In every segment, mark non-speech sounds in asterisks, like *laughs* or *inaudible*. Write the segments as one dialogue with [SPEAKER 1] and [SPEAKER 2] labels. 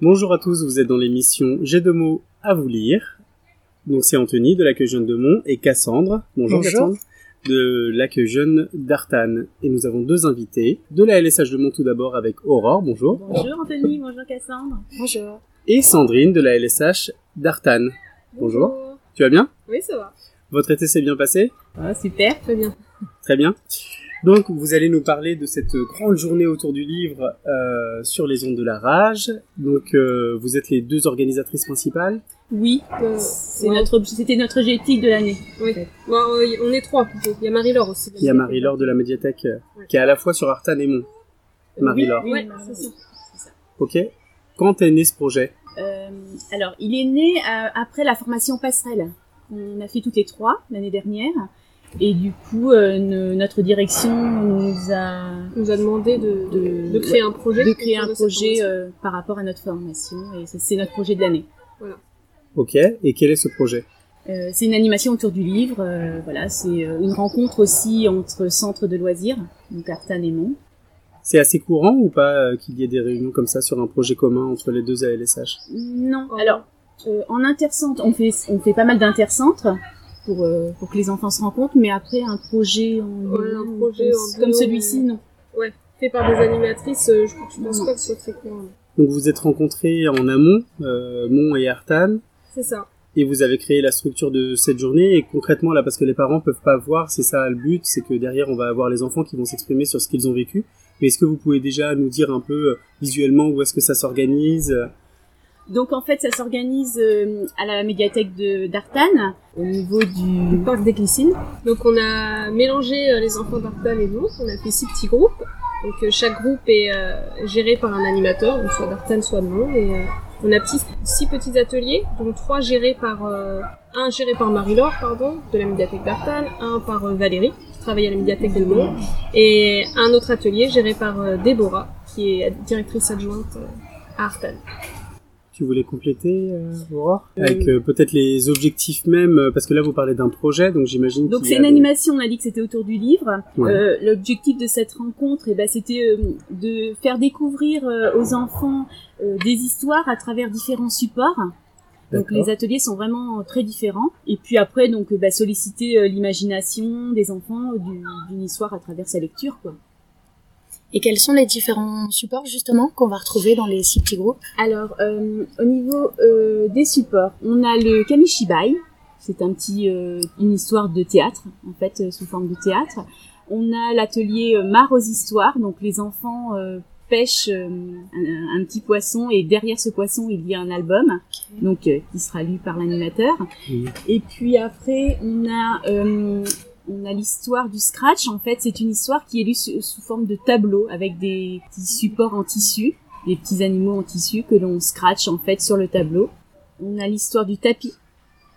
[SPEAKER 1] Bonjour à tous, vous êtes dans l'émission J'ai deux mots à vous lire. Donc c'est Anthony de l'accueil jeune de Mont et Cassandre. Bonjour,
[SPEAKER 2] Bonjour.
[SPEAKER 1] Cassandre de l'accueil jeune d'Artane. Et nous avons deux invités, de la LSH de Mont tout d'abord avec Aurore, bonjour,
[SPEAKER 3] Bonjour Anthony, bonjour Cassandre.
[SPEAKER 2] Bonjour.
[SPEAKER 1] et Sandrine de la LSH d'Artane. Bonjour. Tu vas bien
[SPEAKER 3] Oui, ça va.
[SPEAKER 1] Votre été s'est bien passé
[SPEAKER 3] Ah, super, très bien.
[SPEAKER 1] Très bien. Donc, vous allez nous parler de cette grande journée autour du livre euh, sur les ondes de la rage. Donc, euh, vous êtes les deux organisatrices principales.
[SPEAKER 3] Oui,
[SPEAKER 2] Euh,
[SPEAKER 3] c'est
[SPEAKER 2] ouais.
[SPEAKER 3] notre, c'était notre objectif de l'année.
[SPEAKER 2] Bon, euh, y- on est trois plutôt. Il y a Marie-Laure aussi.
[SPEAKER 1] Il y a Marie-Laure de la médiathèque, euh,
[SPEAKER 2] Ouais.
[SPEAKER 1] qui est à la fois sur Artane et Mont. Marie-Laure.
[SPEAKER 3] Oui,
[SPEAKER 2] Ouais,
[SPEAKER 3] oui,
[SPEAKER 2] c'est ça.
[SPEAKER 1] Ok Quand est né ce projet
[SPEAKER 3] Euh, alors, il est né euh, après la formation passerelle. On a fait toutes les trois l'année dernière. Et du coup, euh, ne- notre direction nous a
[SPEAKER 2] On nous a demandé de,
[SPEAKER 3] De-
[SPEAKER 2] de créer un projet.
[SPEAKER 3] de créer un
[SPEAKER 2] autour de cette
[SPEAKER 3] projet
[SPEAKER 2] formation.
[SPEAKER 3] euh, par rapport à notre formation. Et ça, c'est notre projet de l'année.
[SPEAKER 1] Ok. Et quel est ce projet
[SPEAKER 3] Euh, c'est une animation autour du livre, euh, voilà, c'est euh, une rencontre aussi entre centres de loisirs, donc Artane et Mont.
[SPEAKER 1] C'est assez courant ou pas euh, qu'il y ait des réunions comme ça sur un projet commun entre les deux ALSH
[SPEAKER 3] Non,
[SPEAKER 2] Oh.
[SPEAKER 3] alors euh, en intercentre, on fait on fait pas mal d'intercentres pour euh, pour que les enfants se rencontrent, mais après un projet en
[SPEAKER 2] Ouais, un
[SPEAKER 3] ou
[SPEAKER 2] projet
[SPEAKER 3] comme,
[SPEAKER 2] en
[SPEAKER 3] comme
[SPEAKER 2] duo,
[SPEAKER 3] celui-ci, non.
[SPEAKER 2] Fait par des animatrices, euh, je, je pense
[SPEAKER 3] Non.
[SPEAKER 2] pas que ce soit très courant.
[SPEAKER 1] Donc, vous êtes rencontrés en amont, euh, Mont et Artane.
[SPEAKER 2] C'est ça.
[SPEAKER 1] et vous avez créé la structure de cette journée et concrètement là parce que les parents peuvent pas voir c'est ça le but c'est que derrière on va avoir les enfants qui vont s'exprimer sur ce qu'ils ont vécu mais est-ce que vous pouvez déjà nous dire un peu euh, visuellement où est-ce que ça s'organise euh,
[SPEAKER 3] Donc en fait, ça s'organise euh, à la médiathèque de d'Artane au niveau du parc des glycines.
[SPEAKER 2] Donc on a mélangé euh, les enfants d'Artane et nous. On a fait six petits groupes. Donc euh, chaque groupe est euh, géré par un animateur, donc soit d'Artane, soit de Mons. Et euh, on a petit- six petits ateliers, donc trois gérés par euh, un géré par Marie-Laure, pardon, de la médiathèque d'Artane, un par euh, Valérie qui travaille à la médiathèque de Mons, et un autre atelier géré par euh, Déborah qui est directrice adjointe euh, à Artane.
[SPEAKER 1] tu voulais compléter euh, Aurore avec euh, peut-être les objectifs même euh, parce que là vous parlez d'un projet donc j'imagine
[SPEAKER 3] Donc
[SPEAKER 1] qu'il y
[SPEAKER 3] c'est
[SPEAKER 1] a
[SPEAKER 3] une
[SPEAKER 1] des-
[SPEAKER 3] animation, on a dit que c'était autour du livre.
[SPEAKER 1] Ouais.
[SPEAKER 3] Euh, L'objectif de cette rencontre, eh ben, c'était euh, de faire découvrir euh, aux enfants euh, des histoires à travers différents supports. Donc
[SPEAKER 1] D'accord.
[SPEAKER 3] les ateliers sont vraiment euh, très différents. Et puis après, donc euh, bah, solliciter euh, l'imagination des enfants euh, du- d'une histoire à travers sa lecture. Quoi.
[SPEAKER 4] Et quels sont les différents supports justement qu'on va retrouver dans les six petits groupes
[SPEAKER 3] Alors euh, au niveau euh, des supports, on a le kamishibai. C'est un petit euh, une histoire de théâtre en fait euh, sous forme de théâtre. On a l'atelier euh, mar aux histoires. Donc les enfants euh, pêchent euh, un, un petit poisson et derrière ce poisson il y a un album donc euh, qui sera lu par l'animateur.
[SPEAKER 1] Mhm.
[SPEAKER 3] Et puis après, on a, euh, on a l'histoire du scratch. En fait, c'est une histoire qui est lue sous, sous forme de tableau avec des petits supports en tissu, des petits animaux en tissu que l'on scratch en fait sur le tableau. On a l'histoire du tapis.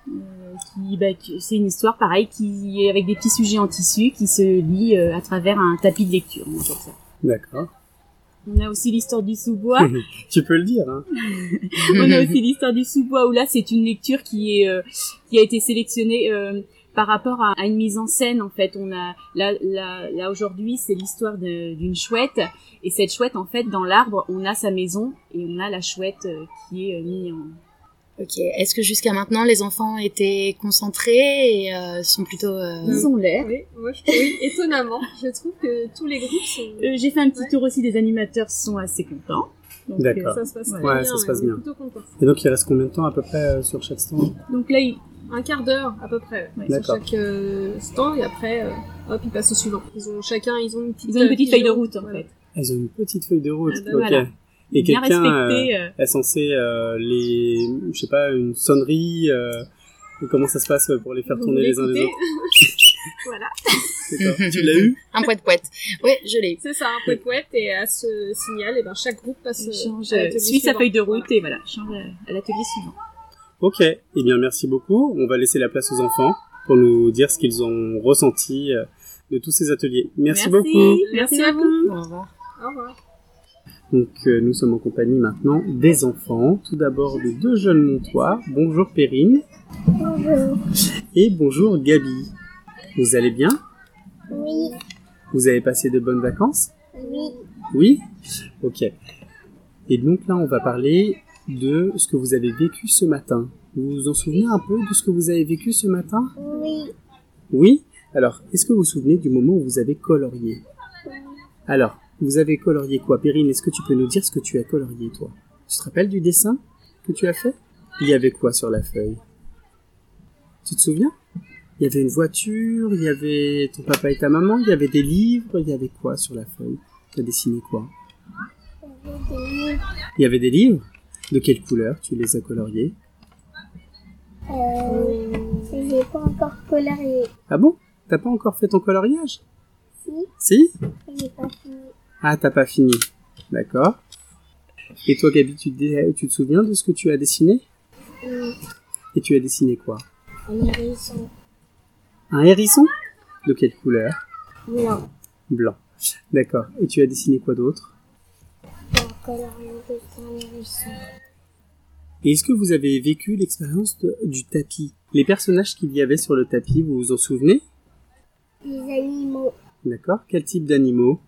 [SPEAKER 3] euh, qui, bah, qui- c'est une histoire pareil qui est avec des petits sujets en tissu qui se lit euh, à travers un tapis de lecture on appelle ça.
[SPEAKER 1] d'accord
[SPEAKER 3] On a aussi l'histoire du sous-bois
[SPEAKER 1] tu peux le dire hein.
[SPEAKER 3] on a aussi l'histoire du sous-bois où là c'est une lecture qui est euh, qui a été sélectionnée euh, par rapport à, à une mise en scène en fait. On a là là, là aujourd'hui c'est l'histoire de- d'une chouette et cette chouette en fait dans l'arbre on a sa maison et on a la chouette euh, qui est euh, mise en
[SPEAKER 4] Ok. Est-ce que jusqu'à maintenant les enfants étaient concentrés et euh, sont plutôt euh,
[SPEAKER 1] Mm.
[SPEAKER 3] ils ont l'air.
[SPEAKER 2] Oui, moi *laughs* je oui, étonnamment, je trouve que tous les groupes sont
[SPEAKER 3] Euh, J'ai fait un petit
[SPEAKER 2] Ouais.
[SPEAKER 3] tour aussi des animateurs sont assez contents. Donc, euh,
[SPEAKER 1] D'accord.
[SPEAKER 2] ça se passe très
[SPEAKER 1] Ouais,
[SPEAKER 2] bien,
[SPEAKER 1] ça se
[SPEAKER 2] et
[SPEAKER 1] passe
[SPEAKER 2] on est
[SPEAKER 1] bien.
[SPEAKER 2] plutôt contents.
[SPEAKER 1] et donc il reste combien de temps à peu près euh, sur chaque stand
[SPEAKER 3] donc là il-
[SPEAKER 2] un quart d'heure à peu près
[SPEAKER 3] Ouais,
[SPEAKER 2] sur
[SPEAKER 1] D'accord.
[SPEAKER 2] chaque euh, stand et après euh, hop ils passent au suivant. Ils ont chacun ils ont une petite,
[SPEAKER 3] ils ont une
[SPEAKER 2] euh,
[SPEAKER 3] petite feuille de
[SPEAKER 2] pigeon.
[SPEAKER 3] route en
[SPEAKER 2] Voilà.
[SPEAKER 3] fait.
[SPEAKER 1] elles ont une petite feuille de route
[SPEAKER 3] Ah bah
[SPEAKER 1] ok
[SPEAKER 3] voilà.
[SPEAKER 1] et
[SPEAKER 3] Bien
[SPEAKER 1] quelqu'un euh,
[SPEAKER 3] respecté. euh,
[SPEAKER 1] est censée euh, les je sais pas une sonnerie euh, et comment ça se passe pour les faire
[SPEAKER 2] Vous
[SPEAKER 1] tourner les uns les
[SPEAKER 2] l'écoutez
[SPEAKER 1] autres
[SPEAKER 2] Voilà,
[SPEAKER 1] D'accord. tu l'as eu
[SPEAKER 4] un poète poète Ouais, je l'ai.
[SPEAKER 2] *laughs* c'est ça un peu poète et à ce signal et ben chaque groupe passe euh,
[SPEAKER 3] change,
[SPEAKER 2] à
[SPEAKER 3] euh,
[SPEAKER 2] l'atelier
[SPEAKER 3] suit sa
[SPEAKER 2] suivant.
[SPEAKER 3] feuille de route
[SPEAKER 2] Voilà.
[SPEAKER 3] et voilà change à, à l'atelier suivant.
[SPEAKER 1] ok eh bien merci beaucoup on va laisser la place aux enfants pour nous dire ce qu'ils ont ressenti euh, de tous ces ateliers merci, beaucoup
[SPEAKER 3] Merci
[SPEAKER 2] Merci
[SPEAKER 3] à
[SPEAKER 2] à
[SPEAKER 3] vous.
[SPEAKER 4] Au revoir.
[SPEAKER 2] Au revoir.
[SPEAKER 1] donc euh, nous sommes en compagnie maintenant des enfants tout d'abord de deux jeunes montois bonjour Perrine et bonjour Gabi vous allez bien
[SPEAKER 5] Oui,
[SPEAKER 1] vous avez passé de bonnes vacances
[SPEAKER 5] oui,
[SPEAKER 1] Oui Ok. Et donc là, on va parler de ce que vous avez vécu ce matin. Vous vous en souvenez un peu de ce que vous avez vécu ce matin
[SPEAKER 5] Oui.
[SPEAKER 1] Oui Alors, est-ce que vous vous souvenez du moment où vous avez colorié Alors, vous avez colorié quoi Perrine, est-ce que tu peux nous dire ce que tu as colorié, toi Tu te rappelles du dessin que tu as fait Il y avait quoi sur la feuille Tu te souviens Il y avait une voiture, il y avait ton papa et ta maman, il y avait des livres, il y avait quoi sur la feuille Tu as dessiné quoi
[SPEAKER 5] Euh,
[SPEAKER 1] Il y avait des livres De quelle couleur tu les as coloriés
[SPEAKER 5] Euh, j'ai pas encore colorié.
[SPEAKER 1] Ah bon T'as pas encore fait ton coloriage
[SPEAKER 5] Si,
[SPEAKER 1] Si
[SPEAKER 5] j'ai pas fini.
[SPEAKER 1] Ah, t'as pas fini. D'accord. Et toi, Gabi, tu te, dé- tu te souviens de ce que tu as dessiné
[SPEAKER 5] Oui.
[SPEAKER 1] Et tu as dessiné quoi
[SPEAKER 5] Un hérisson.
[SPEAKER 1] Un hérisson De quelle couleur
[SPEAKER 5] Blanc.
[SPEAKER 1] Blanc. D'accord. Et tu as dessiné quoi d'autre
[SPEAKER 5] J'ai colorié juste un hérisson.
[SPEAKER 1] Et est-ce que vous avez vécu l'expérience de- du tapis Les personnages qu'il y avait sur le tapis, vous vous en souvenez
[SPEAKER 5] Les animaux.
[SPEAKER 1] D'accord. Quel type d'animaux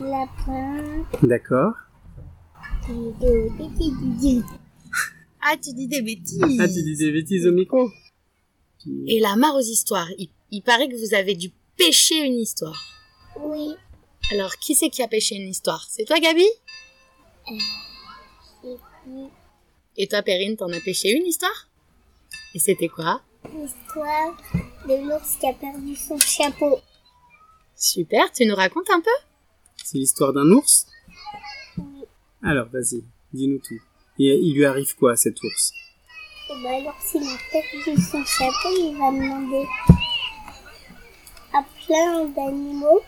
[SPEAKER 5] Lapin.
[SPEAKER 1] D'accord.
[SPEAKER 5] Et des petits guigui.
[SPEAKER 4] Ah, tu dis des bêtises.
[SPEAKER 1] Ah, tu dis des bêtises au micro
[SPEAKER 4] Et la mare aux histoires. Il, il paraît que vous avez dû pêcher une histoire.
[SPEAKER 5] Oui.
[SPEAKER 4] Alors, qui c'est qui a pêché une histoire C'est toi, Gabi
[SPEAKER 5] Et puis,
[SPEAKER 4] Et toi, Perrine, t'en as pêché une histoire Et c'était quoi
[SPEAKER 5] l'histoire de l'ours qui a perdu son chapeau.
[SPEAKER 4] Super, tu nous racontes un peu
[SPEAKER 1] C'est l'histoire d'un ours Alors, vas-y, dis-nous tout. Et il lui arrive quoi à cet ours
[SPEAKER 5] Et ben l'ours, il a perdu son chapeau. Il va demander à plein d'animaux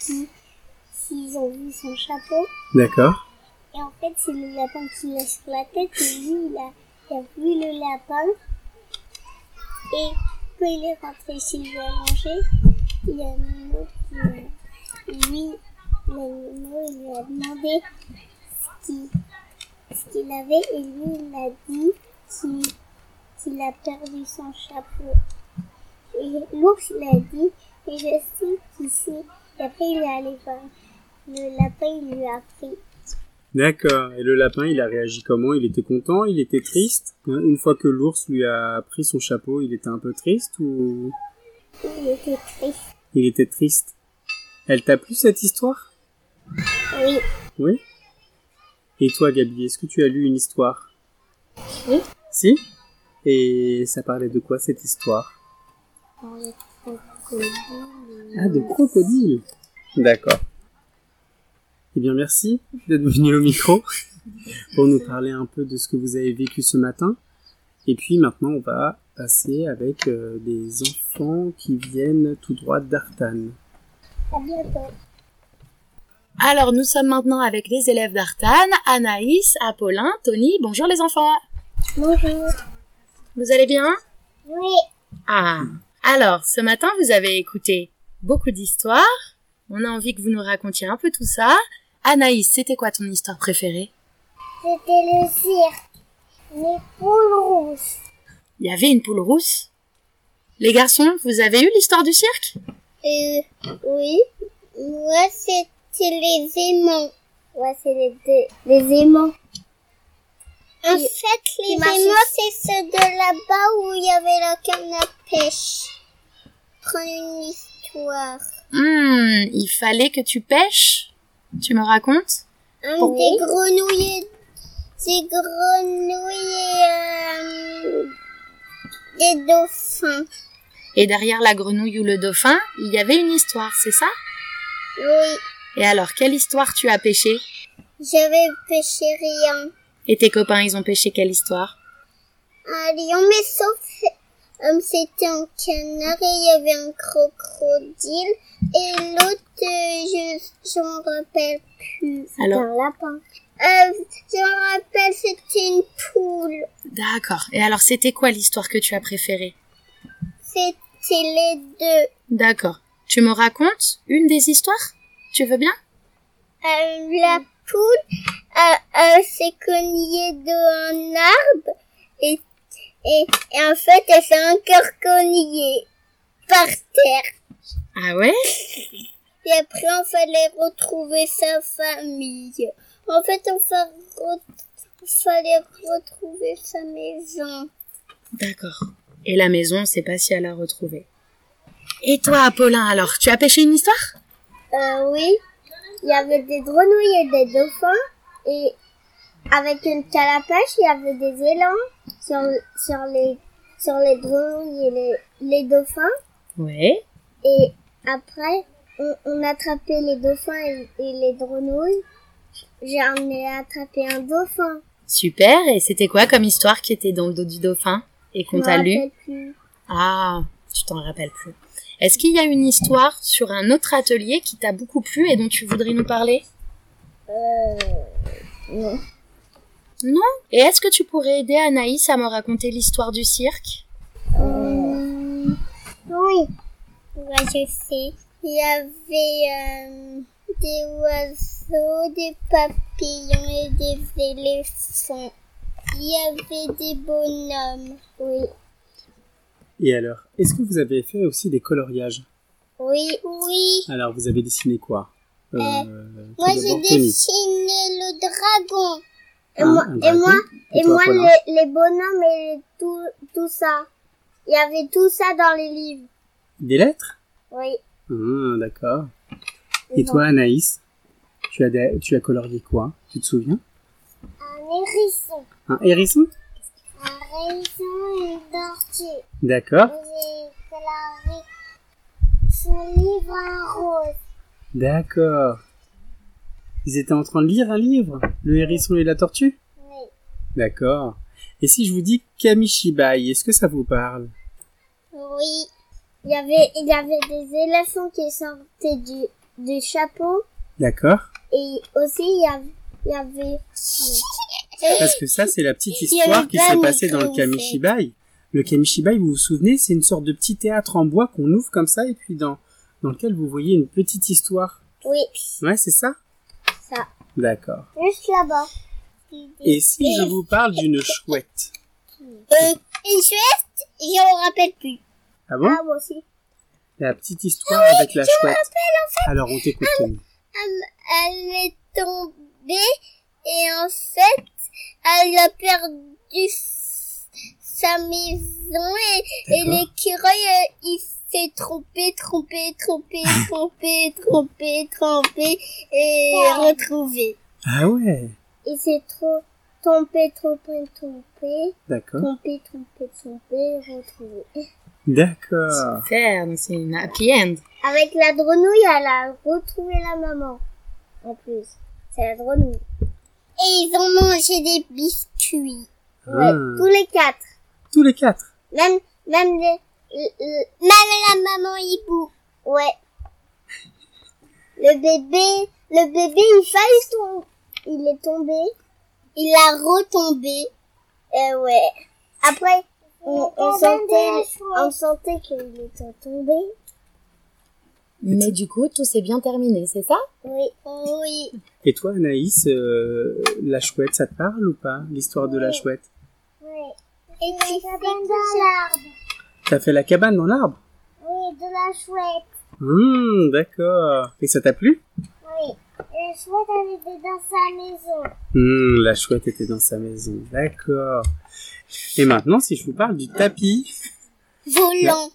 [SPEAKER 5] qui, s'ils ont vu son chapeau,
[SPEAKER 1] D'accord.
[SPEAKER 5] Et en fait, c'est le lapin qui l'a sur la tête. Et lui, il a, il a vu le lapin. Et quand il est rentré chez lui à manger, il y a un autre qui a- lui, l'animaux, il lui a demandé ce qu'il ce qu'il avait. Et lui, il a dit qu'il qu'il a perdu son chapeau. Et l'ours, il a dit, et je sais qui c'est. Et après, il est allé voir. Le lapin, il lui a pris.
[SPEAKER 1] D'accord. Et le lapin, il a réagi comment Il était content Il était triste Hein, Une fois que l'ours lui a pris son chapeau, il était un peu triste ou
[SPEAKER 5] Il était triste.
[SPEAKER 1] il était triste Elle t'a plu cette histoire
[SPEAKER 5] Oui,
[SPEAKER 1] Oui. Et toi, Gabi, est-ce que tu as lu une histoire
[SPEAKER 5] Oui.
[SPEAKER 1] Si Et ça parlait de quoi cette histoire
[SPEAKER 5] on est crocodile.
[SPEAKER 1] Ah, de crocodile D'accord. Eh bien, merci d'être venu au micro pour nous parler un peu de ce que vous avez vécu ce matin. Et puis maintenant, on va passer avec euh, des enfants qui viennent tout droit d'Artane.
[SPEAKER 5] À bientôt.
[SPEAKER 4] Alors, nous sommes maintenant avec les élèves d'Artane, Anaïs, Apollin, Tony. Bonjour les enfants.
[SPEAKER 5] Bonjour.
[SPEAKER 4] Vous allez bien
[SPEAKER 5] Oui,
[SPEAKER 4] Ah. Alors, ce matin, vous avez écouté beaucoup d'histoires. On a envie que vous nous racontiez un peu tout ça. Anaïs, c'était quoi ton histoire préférée
[SPEAKER 5] c'était le cirque. Les poules rousses.
[SPEAKER 4] Il y avait une poule rousse. Les garçons, vous avez eu l'histoire du cirque
[SPEAKER 5] Euh, oui. Moi, c'était les aimants. Ouais, c'est les deux. Les aimants. En fait, les aimants, c'est ceux de là-bas où il y avait la canne à pêche. Prendre une histoire.
[SPEAKER 4] Hum, il fallait que tu pêches. Tu me racontes
[SPEAKER 5] Un
[SPEAKER 4] Oui.
[SPEAKER 5] des grenouilles, des grenouilles et euh, des dauphins.
[SPEAKER 4] Et derrière la grenouille ou le dauphin, il y avait une histoire, c'est ça
[SPEAKER 5] Oui,
[SPEAKER 4] Et alors, quelle histoire tu as pêché
[SPEAKER 5] j'avais pêché rien.
[SPEAKER 4] Et tes copains, ils ont pêché quelle histoire
[SPEAKER 5] Un lion, mais sauf euh, c'était un canard et il y avait un crocodile et l'autre, euh, je je m'en rappelle plus. C'était
[SPEAKER 4] Alors
[SPEAKER 5] un lapin. Euh, je me rappelle, c'était une poule.
[SPEAKER 4] D'accord. Et alors, c'était quoi l'histoire que tu as préférée
[SPEAKER 5] C'était les deux.
[SPEAKER 4] D'accord. Tu me racontes une des histoires Tu veux bien
[SPEAKER 5] Euh, la poule euh, euh, s'est cognée d'un arbre et, et, et en fait elle s'est encore cognée par terre.
[SPEAKER 4] Ah ouais
[SPEAKER 5] Et après on fallait retrouver sa famille. En fait, on fa- re- il fallait retrouver sa maison.
[SPEAKER 4] D'accord. Et la maison, on sait pas si elle a retrouvé. Et toi, Apollin, alors, tu as pêché une histoire
[SPEAKER 5] Euh, oui, il y avait des grenouilles et des dauphins. Et avec une cale à pêche, il y avait des élans sur, sur, les, sur les grenouilles et les, les dauphins.
[SPEAKER 4] Ouais.
[SPEAKER 5] Et après, on, on attrapait les dauphins et, et les grenouilles. J'ai emmené attraper un dauphin.
[SPEAKER 4] Super. Et c'était quoi comme histoire qui était dans le dos du dauphin et qu'on
[SPEAKER 5] Je me
[SPEAKER 4] t'a lu
[SPEAKER 5] rappelle plus.
[SPEAKER 4] Ah, tu t'en rappelles plus. Est-ce qu'il y a une histoire sur un autre atelier qui t'a beaucoup plu et dont tu voudrais nous parler
[SPEAKER 5] non.
[SPEAKER 4] Non Et est-ce que tu pourrais aider Anaïs à me raconter l'histoire du cirque
[SPEAKER 5] Euh, Oui. Ouais, je sais. Il y avait euh, des oiseaux, des papillons et des éléphants. Il y avait des bonhommes. Oui.
[SPEAKER 1] Et alors, est-ce que vous avez fait aussi des coloriages
[SPEAKER 5] Oui, oui.
[SPEAKER 1] Alors, vous avez dessiné quoi euh, tout
[SPEAKER 5] Eh, Moi, j'ai
[SPEAKER 1] d'abord, Tony.
[SPEAKER 5] dessiné le dragon. Et
[SPEAKER 1] Ah,
[SPEAKER 5] moi,
[SPEAKER 1] un
[SPEAKER 5] et
[SPEAKER 1] dragon.
[SPEAKER 5] moi,
[SPEAKER 1] Et
[SPEAKER 5] et
[SPEAKER 1] toi,
[SPEAKER 5] moi
[SPEAKER 1] Paulin
[SPEAKER 5] les, les bonhommes et tout, tout ça. Il y avait tout ça dans les livres.
[SPEAKER 1] Des lettres
[SPEAKER 5] Oui.
[SPEAKER 1] Hum, D'accord. Et toi, Anaïs tu as, des- tu as colorié quoi Tu te souviens
[SPEAKER 5] Un hérisson.
[SPEAKER 1] Un hérisson
[SPEAKER 5] Un hérisson et une tortue.
[SPEAKER 1] D'accord.
[SPEAKER 5] J'ai coloré son livre en rose.
[SPEAKER 1] D'accord. Ils étaient en train de lire un livre Le hérisson et la tortue
[SPEAKER 5] Oui.
[SPEAKER 1] D'accord. Et si je vous dis Kamishibai, est-ce que ça vous parle
[SPEAKER 5] Oui. Il y avait, il y avait des éléphants qui sortaient du, du chapeau.
[SPEAKER 1] D'accord
[SPEAKER 5] Et aussi, il y avait, il y avait
[SPEAKER 1] Parce que ça, c'est la petite
[SPEAKER 5] Il y avait
[SPEAKER 1] histoire qui
[SPEAKER 5] pas
[SPEAKER 1] s'est
[SPEAKER 5] de
[SPEAKER 1] passée dans le
[SPEAKER 5] micro, en fait.
[SPEAKER 1] Kamishibai. Le Kamishibai, vous vous souvenez, c'est une sorte de petit théâtre en bois qu'on ouvre comme ça et puis dans, dans lequel vous voyez une petite histoire.
[SPEAKER 5] oui,
[SPEAKER 1] Ouais, c'est ça
[SPEAKER 5] ça.
[SPEAKER 1] D'accord.
[SPEAKER 5] Juste là-bas.
[SPEAKER 1] Et si je vous parle d'une chouette
[SPEAKER 5] Euh, une chouette, je me rappelle plus.
[SPEAKER 1] Ah bon
[SPEAKER 5] Ah, moi aussi.
[SPEAKER 1] La petite histoire avec la chouette. Alors, on t'écoute, Tony.
[SPEAKER 5] elle est tombée et en fait, elle a perdu s- sa maison et, et
[SPEAKER 1] D'accord.
[SPEAKER 5] l'écureuil, euh, il s'est trompé, trompé, trompé, trompé, trompé, trompé et retrouvé.
[SPEAKER 1] Ah ouais
[SPEAKER 5] Il s'est trop trompé, trompé, trompé,
[SPEAKER 1] D'accord.
[SPEAKER 5] trompé, trompé, trompé, retrouvé.
[SPEAKER 1] D'accord.
[SPEAKER 4] Super, donc c'est une happy end.
[SPEAKER 5] Avec la grenouille, elle a retrouvé la maman. En plus, c'est la grenouille. Et ils ont mangé des biscuits. Ouais,
[SPEAKER 1] Ah.
[SPEAKER 5] tous les quatre.
[SPEAKER 1] Tous les quatre
[SPEAKER 5] Même, même les- le- le- même la maman hibou. Ouais. Le bébé, le bébé, il faillit tomber. Il est tombé. Il a retombé. Et ouais. Après, on, on sentait, on sentait qu'il était tombé.
[SPEAKER 4] Mais du coup, tout s'est bien terminé, c'est ça
[SPEAKER 5] Oui, oui.
[SPEAKER 1] Et toi, Anaïs, euh, la chouette, ça te parle ou pas L'histoire de la chouette
[SPEAKER 5] Oui. Et tu fais de l'arbre.
[SPEAKER 1] T'as fait la cabane dans l'arbre
[SPEAKER 5] Oui, de la chouette.
[SPEAKER 1] Hum, d'accord. Et ça t'a plu
[SPEAKER 5] Oui. Et la chouette, elle était dans sa maison.
[SPEAKER 1] Hum, La chouette était dans sa maison. D'accord. Et maintenant, si je vous parle du tapis,
[SPEAKER 5] Volant.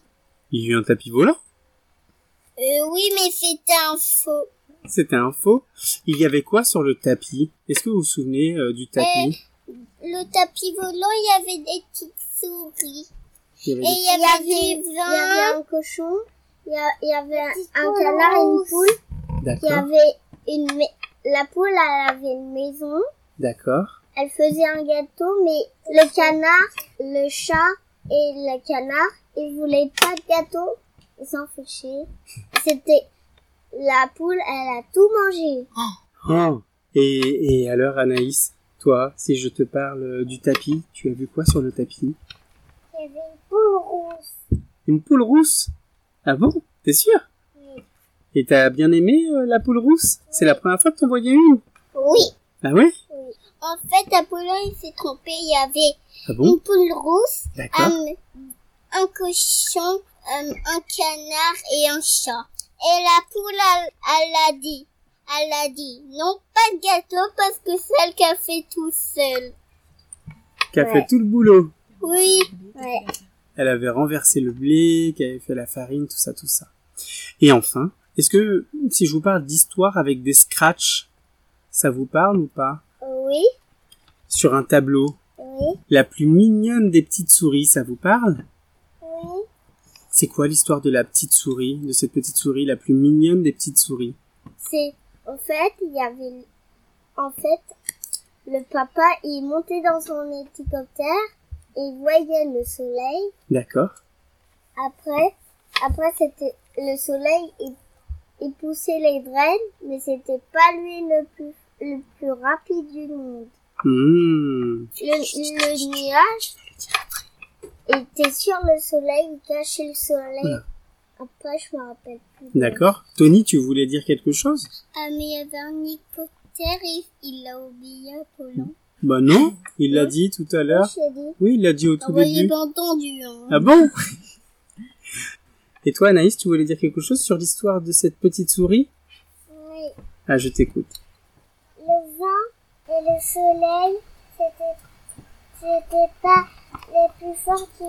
[SPEAKER 1] il y a eu un tapis volant.
[SPEAKER 5] Euh, oui, mais c'était un faux.
[SPEAKER 1] C'était un faux. Il y avait quoi sur le tapis Est-ce que vous vous souvenez euh, du
[SPEAKER 5] Eh,
[SPEAKER 1] tapis
[SPEAKER 5] Le tapis volant, il y avait des petites souris.
[SPEAKER 1] Il y avait
[SPEAKER 5] Et il y avait, il y avait un cochon. Il y, a- il y avait un, un canard et une poule.
[SPEAKER 1] des-
[SPEAKER 5] Il y
[SPEAKER 1] D'accord.
[SPEAKER 5] avait une... mai- La poule, elle avait une maison.
[SPEAKER 1] D'accord.
[SPEAKER 5] Elle faisait un gâteau, mais le canard, le chat et le canard, ils voulaient pas de gâteau. Ils s'en fichaient. C'était la poule, elle a tout mangé.
[SPEAKER 1] Oh. Et, et alors, Anaïs, toi, si je te parle euh, du tapis, tu as vu quoi sur le tapis
[SPEAKER 5] Il y avait une poule rousse.
[SPEAKER 1] Une poule rousse Ah bon T'es sûr
[SPEAKER 5] Oui.
[SPEAKER 1] Et t'as bien aimé euh, la poule rousse C'est la première fois que t'en voyais une
[SPEAKER 5] Oui.
[SPEAKER 1] Ah ouais
[SPEAKER 5] En fait, Apollo, il s'est trompé. Il y avait
[SPEAKER 1] Ah bon
[SPEAKER 5] une poule rousse,
[SPEAKER 1] D'accord.
[SPEAKER 5] euh, un cochon, euh, un canard et un chat. Et la poule, elle, elle a dit, elle a dit non, pas de gâteau parce que c'est elle qui a fait tout seul.
[SPEAKER 1] qui a
[SPEAKER 5] Ah, Ouais.
[SPEAKER 1] fait tout le boulot.
[SPEAKER 5] Oui. Ouais.
[SPEAKER 1] Elle avait renversé le blé, qui avait fait la farine, tout ça, tout ça. Et enfin, est-ce que si je vous parle d'histoire avec des scratchs, ça vous parle ou pas
[SPEAKER 5] Oui.
[SPEAKER 1] Sur un tableau,
[SPEAKER 5] Oui.
[SPEAKER 1] la plus mignonne des petites souris, ça vous parle
[SPEAKER 5] Oui.
[SPEAKER 1] C'est quoi l'histoire de la petite souris, de cette petite souris, la plus mignonne des petites souris
[SPEAKER 5] C'est, en fait, il y avait, en fait, le papa, il montait dans son hélicoptère, il voyait le soleil,
[SPEAKER 1] D'accord
[SPEAKER 5] Après, après c'était le soleil, il, il poussait les graines, mais c'était pas lui le plus, le plus rapide du monde.
[SPEAKER 1] Hmm.
[SPEAKER 5] Le, le nuage était sur le soleil, il cachait le soleil.
[SPEAKER 1] Voilà.
[SPEAKER 5] Après, je me rappelle plus. de-
[SPEAKER 1] D'accord. Tony, tu voulais dire quelque chose
[SPEAKER 5] Ah, mais il y avait un hélicoptère, il- il l'a oublié, Colin.
[SPEAKER 1] Bah non, il l'a dit Hein tout à l'heure.
[SPEAKER 5] Je t'ai dit.
[SPEAKER 1] Oui, il l'a dit au
[SPEAKER 5] Ah,
[SPEAKER 1] tout
[SPEAKER 5] ouais, j'ai
[SPEAKER 1] début.
[SPEAKER 5] pas entendu. hein.
[SPEAKER 1] Ah bon Et toi, Anaïs, tu voulais dire quelque chose sur l'histoire de cette petite souris
[SPEAKER 5] Oui.
[SPEAKER 1] Ah, je t'écoute.
[SPEAKER 5] le vent et le soleil, c'était, c'était pas les plus forts qui,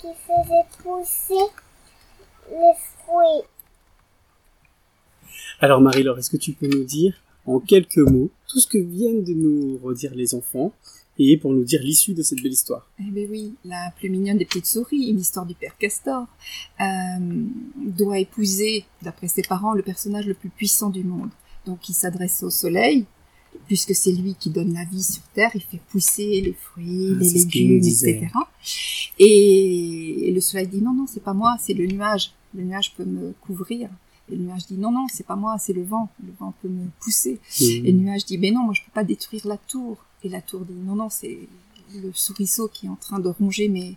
[SPEAKER 5] qui faisaient pousser les fruits.
[SPEAKER 1] Alors, Marie-Laure, est-ce que tu peux nous dire, en quelques mots, tout ce que viennent de nous redire les enfants et pour nous dire l'issue de cette belle histoire
[SPEAKER 6] Eh ben oui, la plus mignonne des petites souris, une histoire du père Castor, euh, doit épouser, d'après ses parents, le personnage le plus puissant du monde. Donc il s'adresse au soleil, puisque c'est lui qui donne la vie sur Terre, il fait pousser les fruits,
[SPEAKER 1] Ah,
[SPEAKER 6] les
[SPEAKER 1] c'est ce qu'il nous
[SPEAKER 6] légumes,
[SPEAKER 1] disait.
[SPEAKER 6] etc. Et, et le soleil dit non, non, c'est pas moi, c'est le nuage. Le nuage peut me couvrir. Et le nuage dit non, non, c'est pas moi, c'est le vent. Le vent peut me pousser.
[SPEAKER 1] Mm.
[SPEAKER 6] Et le nuage dit, mais non, moi je peux pas détruire la tour. Et la tour dit, non, non, c'est le souriceau qui est en train de ronger mes,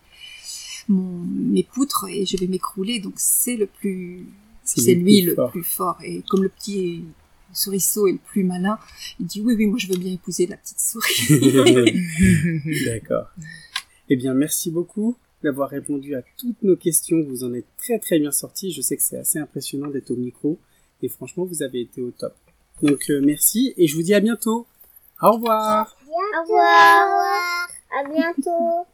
[SPEAKER 6] mon, mes poutres et je vais m'écrouler. Donc c'est le plus, c'est
[SPEAKER 1] le
[SPEAKER 6] lui
[SPEAKER 1] plus
[SPEAKER 6] le
[SPEAKER 1] fort.
[SPEAKER 6] plus fort. Et comme le petit souriceau est le plus malin, il dit, oui, oui, moi je veux bien épouser la petite souris.
[SPEAKER 1] D'accord. Eh bien, merci beaucoup d'avoir répondu à toutes nos questions. Vous en êtes très très bien sortis. Je sais que c'est assez impressionnant d'être au micro. Et franchement, vous avez été au top. Donc, euh, merci et je vous dis à bientôt. Au revoir.
[SPEAKER 5] Au revoir. À bientôt.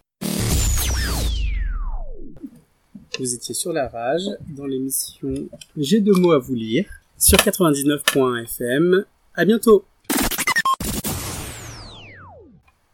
[SPEAKER 1] Vous étiez sur La Rage dans l'émission J'ai deux mots à vous lire sur 99.1 FM. À bientôt.